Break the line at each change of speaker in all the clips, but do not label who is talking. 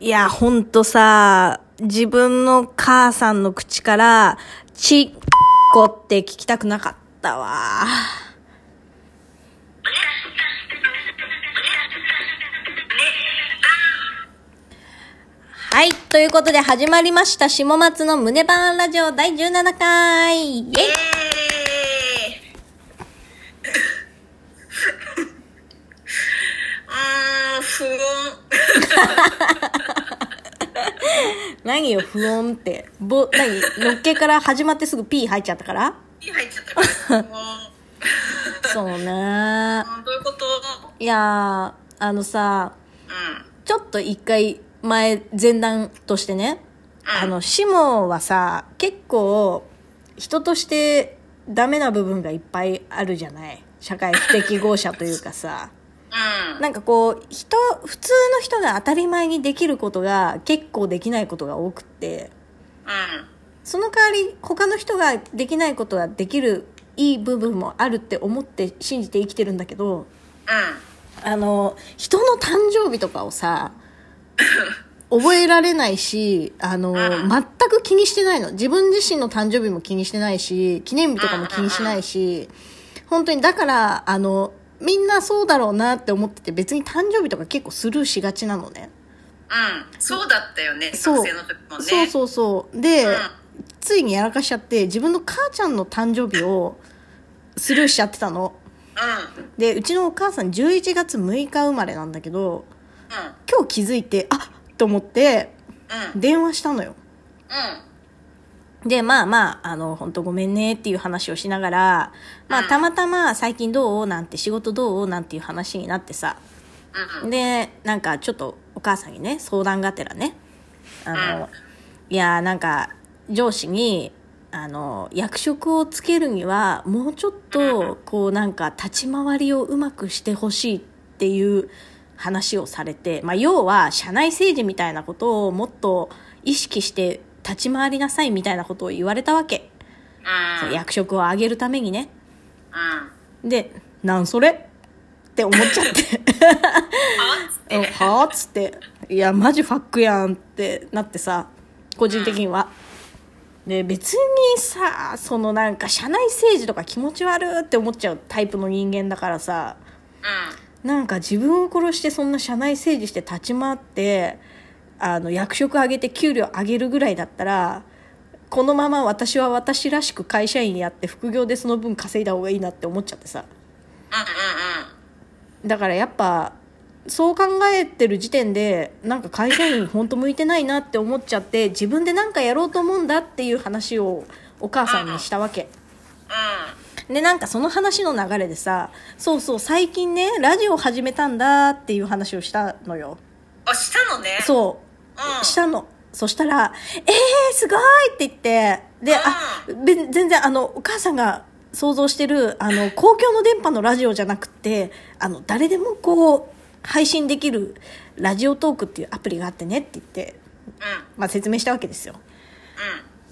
いや、ほんとさ、自分の母さんの口から、ちっこって聞きたくなかったわ。はい。ということで始まりました、下松の胸バーンラジオ第17回。イェイ
え ー、あー不穏
何よ、不穏って。ぼ、何のっけから始まってすぐ P 入っちゃったから
火入っちゃったから不
そうな
穏どういうこと
いやー、あのさ、
う
ちょっと一回前、前段としてね、
うん
あの、シモはさ、結構、人としてダメな部分がいっぱいあるじゃない社会不適合者というかさ。
んうん
なんかこう、人、普通の人が当たり前にできることが結構できないことが多くって、その代わり他の人ができないことができるいい部分もあるって思って信じて生きてるんだけど、あの、人の誕生日とかを さ、覚えられないし、あの、
ん
全く気にしてないの。自分自身の誕生日も気にしてないし、記念日とかも気にしないし、本当にだから、あの、みんなそうだろうなって思ってて、別に誕生日とか結構スルーしがちなのね。
うんうんそうだったよね
そう
学生の時もね
そうそうそう。で、
うん
ついにやらかしちゃって、自分の母ちゃんの誕生日をスルーしちゃってたの。
うんうん
で、うちのお母さん11月6日生まれなんだけど、今日気づいて、あっと思って、
うん
電話したのよ。
うん
で、まあまあ、あの、本当ごめんねっていう話をしながら、まあ
うん
たまたま最近どうなんて仕事どうなんていう話になってさ。
うん
で、なんかちょっとお母さんにね、相談がてらね。あの、いやーなんか上司に、あの、役職をつけるには、もうちょっと、こうなんか立ち回りをうまくしてほしいっていう話をされて、まあ要は社内政治みたいなことをもっと意識して立ち回りなさいみたいなことを言われたわけ。
うん
役職を上げるためにね。
うん
で、なんそれって思っちゃって。うんはあっつって「いやマジファックやん」ってなってさ個人的には。で別にさそのなんか社内政治とか気持ち悪いって思っちゃうタイプの人間だからさなんか自分を殺してそんな社内政治して立ち回ってあの役職上げて給料上げるぐらいだったらこのまま私は私らしく会社員やって副業でその分稼いだ方がいいなって思っちゃってさ。だからやっぱそう考えてる時点でなんか会社員本当向いてないなって思っちゃって自分で何かやろうと思うんだっていう話をお母さんにしたわけでなんかその話の流れでさそうそう最近ねラジオ始めたんだっていう話をしたのよ
あしたのねう
そう
うん
したの。そしたら、えー、すごいって言って、で、あ、べ全然あの、お母さんが想像してる、あの、公共の電波のラジオじゃなくて、あの、誰でもこう、配信できる、ラジオトークっていうアプリがあってねって言って、
うん
まあ、説明したわけですよ。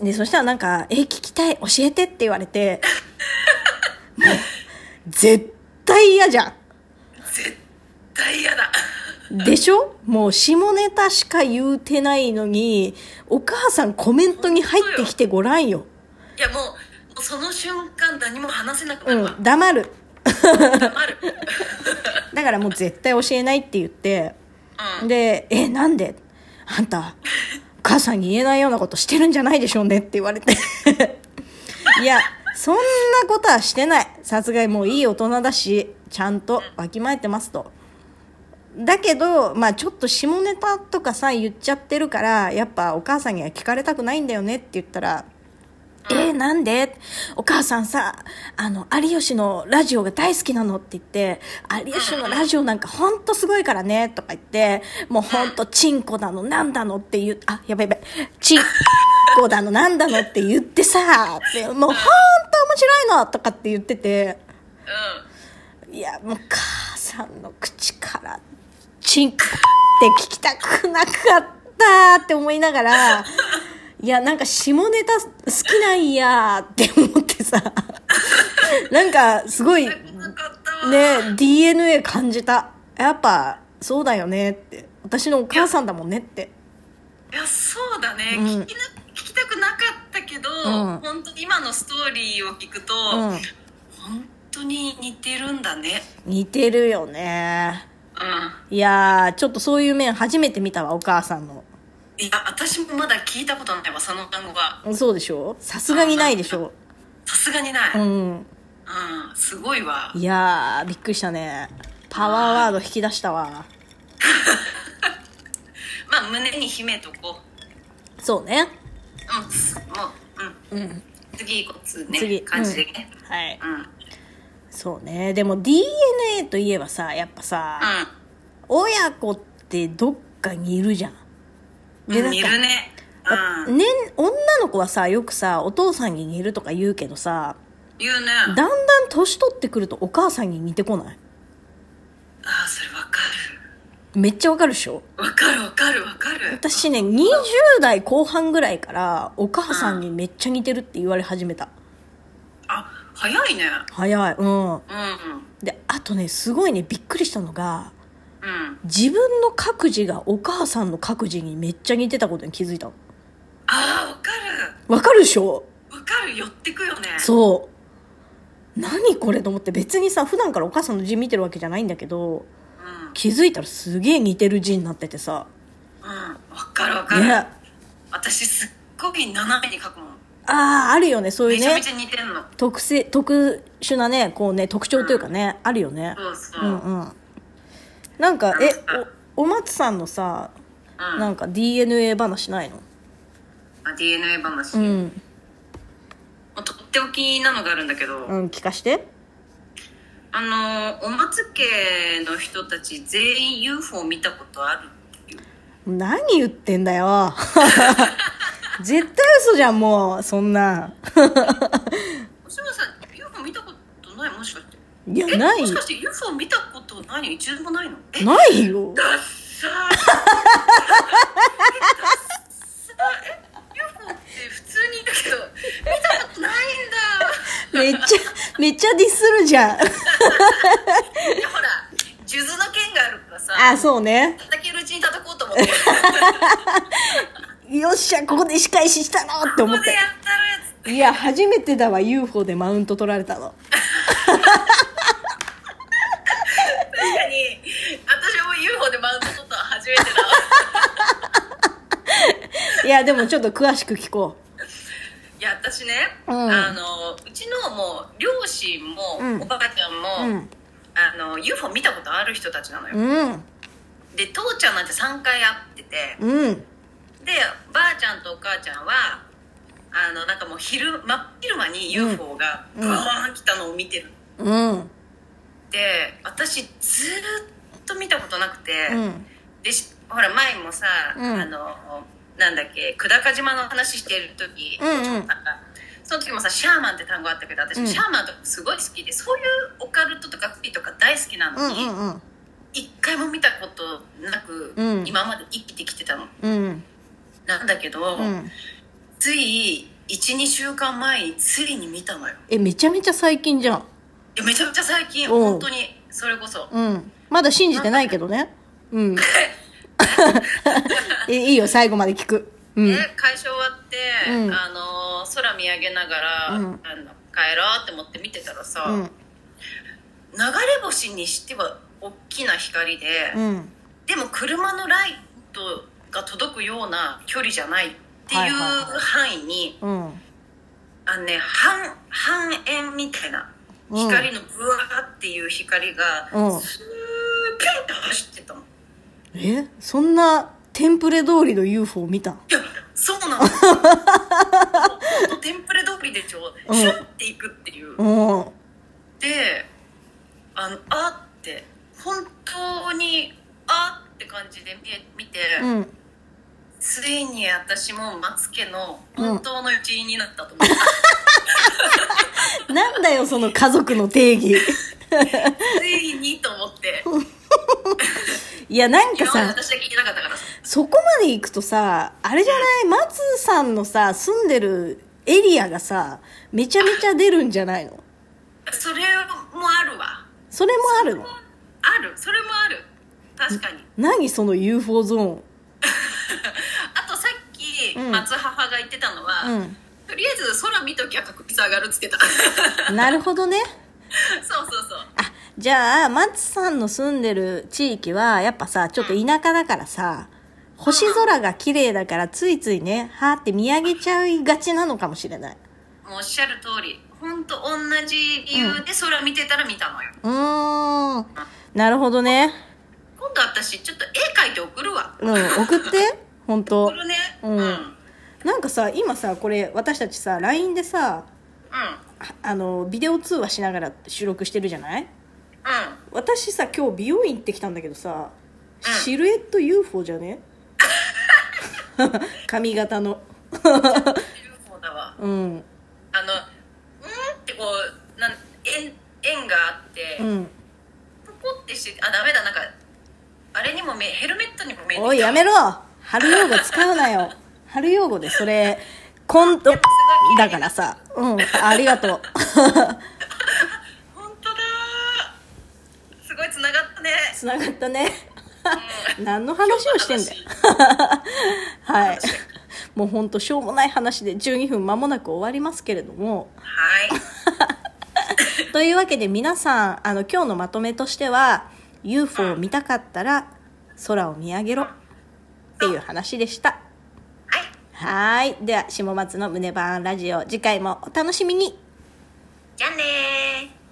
うん
で、そしたらなんか、えー、聞きたい、教えてって言われて、もう、絶対嫌じゃん。
絶対嫌だ
でしょもう下ネタしか言うてないのに、お母さんコメントに入ってきてごらんよ。
いやもうもうその瞬間何も話せなくな
う
るわ
ん、黙る。
黙る
だからもう絶対教えないって言って、
うん
で、え、なんであんた、お母さんに言えないようなことしてるんじゃないでしょうねって言われ て。いや、そんなことはしてない。殺害もういい大人だし、ちゃんとわきまえてますと。だけど、まあちょっと下ネタとかさ、言っちゃってるから、やっぱお母さんには聞かれたくないんだよねって言ったら、えー、なんでお母さんさ、あの、有吉のラジオが大好きなのって言って、有吉のラジオなんかほんとすごいからね、とか言って、もうほんとチンコだの、なんだのって言う、あ、やばいやばい、チンコだの、なんだのって言ってさ、ってもうほんと面白いのとかって言ってて、いや、もう母さんの口から、チンコって聞きたくなかったって思いながら、いや、なんか下ネタ好きなんやって思ってさ、なんかすごい、ね
うん、なかったわ、
DNA 感じた。やっぱ、そうだよねって。私のお母さんだもんねって
いやそうだね、
うん
聞きな聞きたくなかったけど、
うん
本当に今のストーリーを聞くと、
うん
本当に似てるんだね
似てるよね
う
いやーちょっとそういう面初めて見たわお母さんの
んいや私もまだ聞いたことないわその単語は
そうでしょさすがにないでしょ
さすがにな
う
い、うん
ん
すごいわ
いやーびっくりしたねパワーワード引き出したわ
まあ胸に秘めとこう
そうね
うんすもううん
うん
次こつね
次
感じでね
はい
うんうん
そうねでも DNA といえばさやっぱさ、親子ってどっかにいるじゃん。で、
うん
なん
似
か
る、ねうん、
ね、女の子はさ、よくさ、お父さんに似るとか言うけどさ、
言うね
だんだん年取ってくるとお母さんに似てこない
ああそれわかる
めっちゃわかるでしょ
わかるわかるわかる
私ね、20代後半ぐらいから、お母さんにめっちゃ似てるって言われ始めた。
あ早いね
早い。うん。
う
で、あとね、すごいね、びっくりしたのが、
んうん
自分の各自がお母さんの各自にめっちゃ似てたことに気づいたの。
ああわかる
わかるでしょ
わかる寄ってくよね
そう何これと思って別にさ普段からお母さんの字見てるわけじゃないんだけど
うんうん
気づいたらすげえ似てる字になっててさ
わかるわかる、
ねあ
私すっごい斜めに書くもん
あーあるよねそうい
め
う
ちゃめ
ね
ちゃ似てんの
特性特殊なねこうね特徴というかね、あるよね
そうそうう、うんん
うんなんかえおお松さんのさな
ま
んか DNA 話ないの
あ、DNA 話、
う
も
ん、
うとっておきなのがあるんだけど、
うん、聞かして
あのお松家の人たち全員 UFO 見たことある
何言ってんだよ絶対嘘じゃんもうそんなん
おしまさん UFO 見たことないもしかして
いや
え
ない
もしかして UFO 見たことないの一度もないのえ
ないよ
ダッサーえダッサーえ UFO って普通にいたけど見たことないんだ
めっちゃ、めっちゃディスるじゃん。
いやほら数珠の剣があるからさ
あ、そうね。
叩けるうちに叩こうと思ってこ
よっしゃ、ここで仕返ししたのって
こ
思っ
でやったるやつ
た。いや、初めてだわ、UFO でマウント取られたの。
確かに私も UFO でマウント取ったの初めてだわ
いや、でもちょっと詳しく聞こ
いや私ね、
うん
あのうちのもう両親も、
うん
おばあちゃん
う。う
も、
ん。
あの UFO 見たことある人たちなのよ、
うん。
で父ちゃんなんて3回会ってて、
うん。
でばあちゃんとお母ちゃんはあのなんかもう昼真っ昼間に UFO が
うん
ブワーン来たのを見てる
うん。
で私ずーっと見たことなくて、
うん。
でしほら前もさ、
うん
あのなんだっけ久高島の話してる時、
うんうん
なんかその時もさシャーマンって単語あったけど私、
うん
シャーマンとかすごい好きでそういうオカルトとかフィとか大好きな
う
のに、
ん。うん。
一回も見たことなく、
うん
今まで生きてきてたの
うん。
なんだけど、
うん。
つい12週間前についに見たのよ
え、めちゃめちゃ最近じゃん。
いやめちゃめちゃ最近
おう
本当にそれこそ
うん。まだ信じてないけどね。うん。え、いいよ、最後まで聞く。うん。
ね会社終わって、
うん
あのー空見上げながら、
うん
あの帰ろうって思って見てたらさ、
う
流れ
ん。
星にしては大きな光で、
うん。
でも車のライトが届くような距離じゃないっていう
はいはいはい
範囲に、
うん。
あのね半半円みたいな
うん
光のブワーっていう光が、
うん
スーピュンって走ってたの。
え、そんなテンプレ通りの UFO 見た
いやそうなのテンプレ通りでちょ
うん
シュッていくっていう、
うん。
であのあーって本当にあーって感じで見え見て、
うん。
ついに私もマツケの
うん
本当の一員になった と思って、
なんだよ、その家族の定義。
ついにと思って
いや、なんか
今まで
さ、
私だけいなかったからさ
そこまで行くとさ、あれじゃない松さんのさ、住んでるエリアがさ、めちゃめちゃ出るんじゃないの
それもあるわ
それもあるの
あるそれもある確かに
何その UFO ゾーン
あとさっき
うん
松母が言ってたのは、
う
とりあえず空見ときゃ確率上がるっつってた
んなるほどね
そうそうそう
あじゃあ松さんの住んでる地域はやっぱさちょっと田舎だからさ星空が綺麗だからついついねはーって見上げちゃいがちなのかもしれない
もうおっしゃる通り本当同じ理由で空見てたら見たのよ、
うーんなるほどね
今度私ちょっと絵描いて送るわ
うん送って本当
送るね
うん
うん、
なんかさ今さこれ私たちさ LINE でさああのビデオ通話しながら収録してるじゃない
うん
私さ今日美容院行ってきたんだけどさ
うん
シルエット UFO じゃね 髪型の
うん UFO だわ
うん
あのうんってこうなん円円があって、
うん
ポコってしてあダメだなんかあれにもめヘルメットにも見えてきた
おいやめろ春用語使うなよ春用語でそれコントだからさうんありがとう
本当だーすごいつながったね
つながったね何の話をしてんだよはいもうほんとしょうもない話で12分間もなく終わりますけれども
はい
というわけで皆さんあの今日のまとめとしては UFO を見たかったら空を見上げろっていう話でした
はい
はーいでは下松の胸バーンラジオ次回もお楽しみに
じゃあねー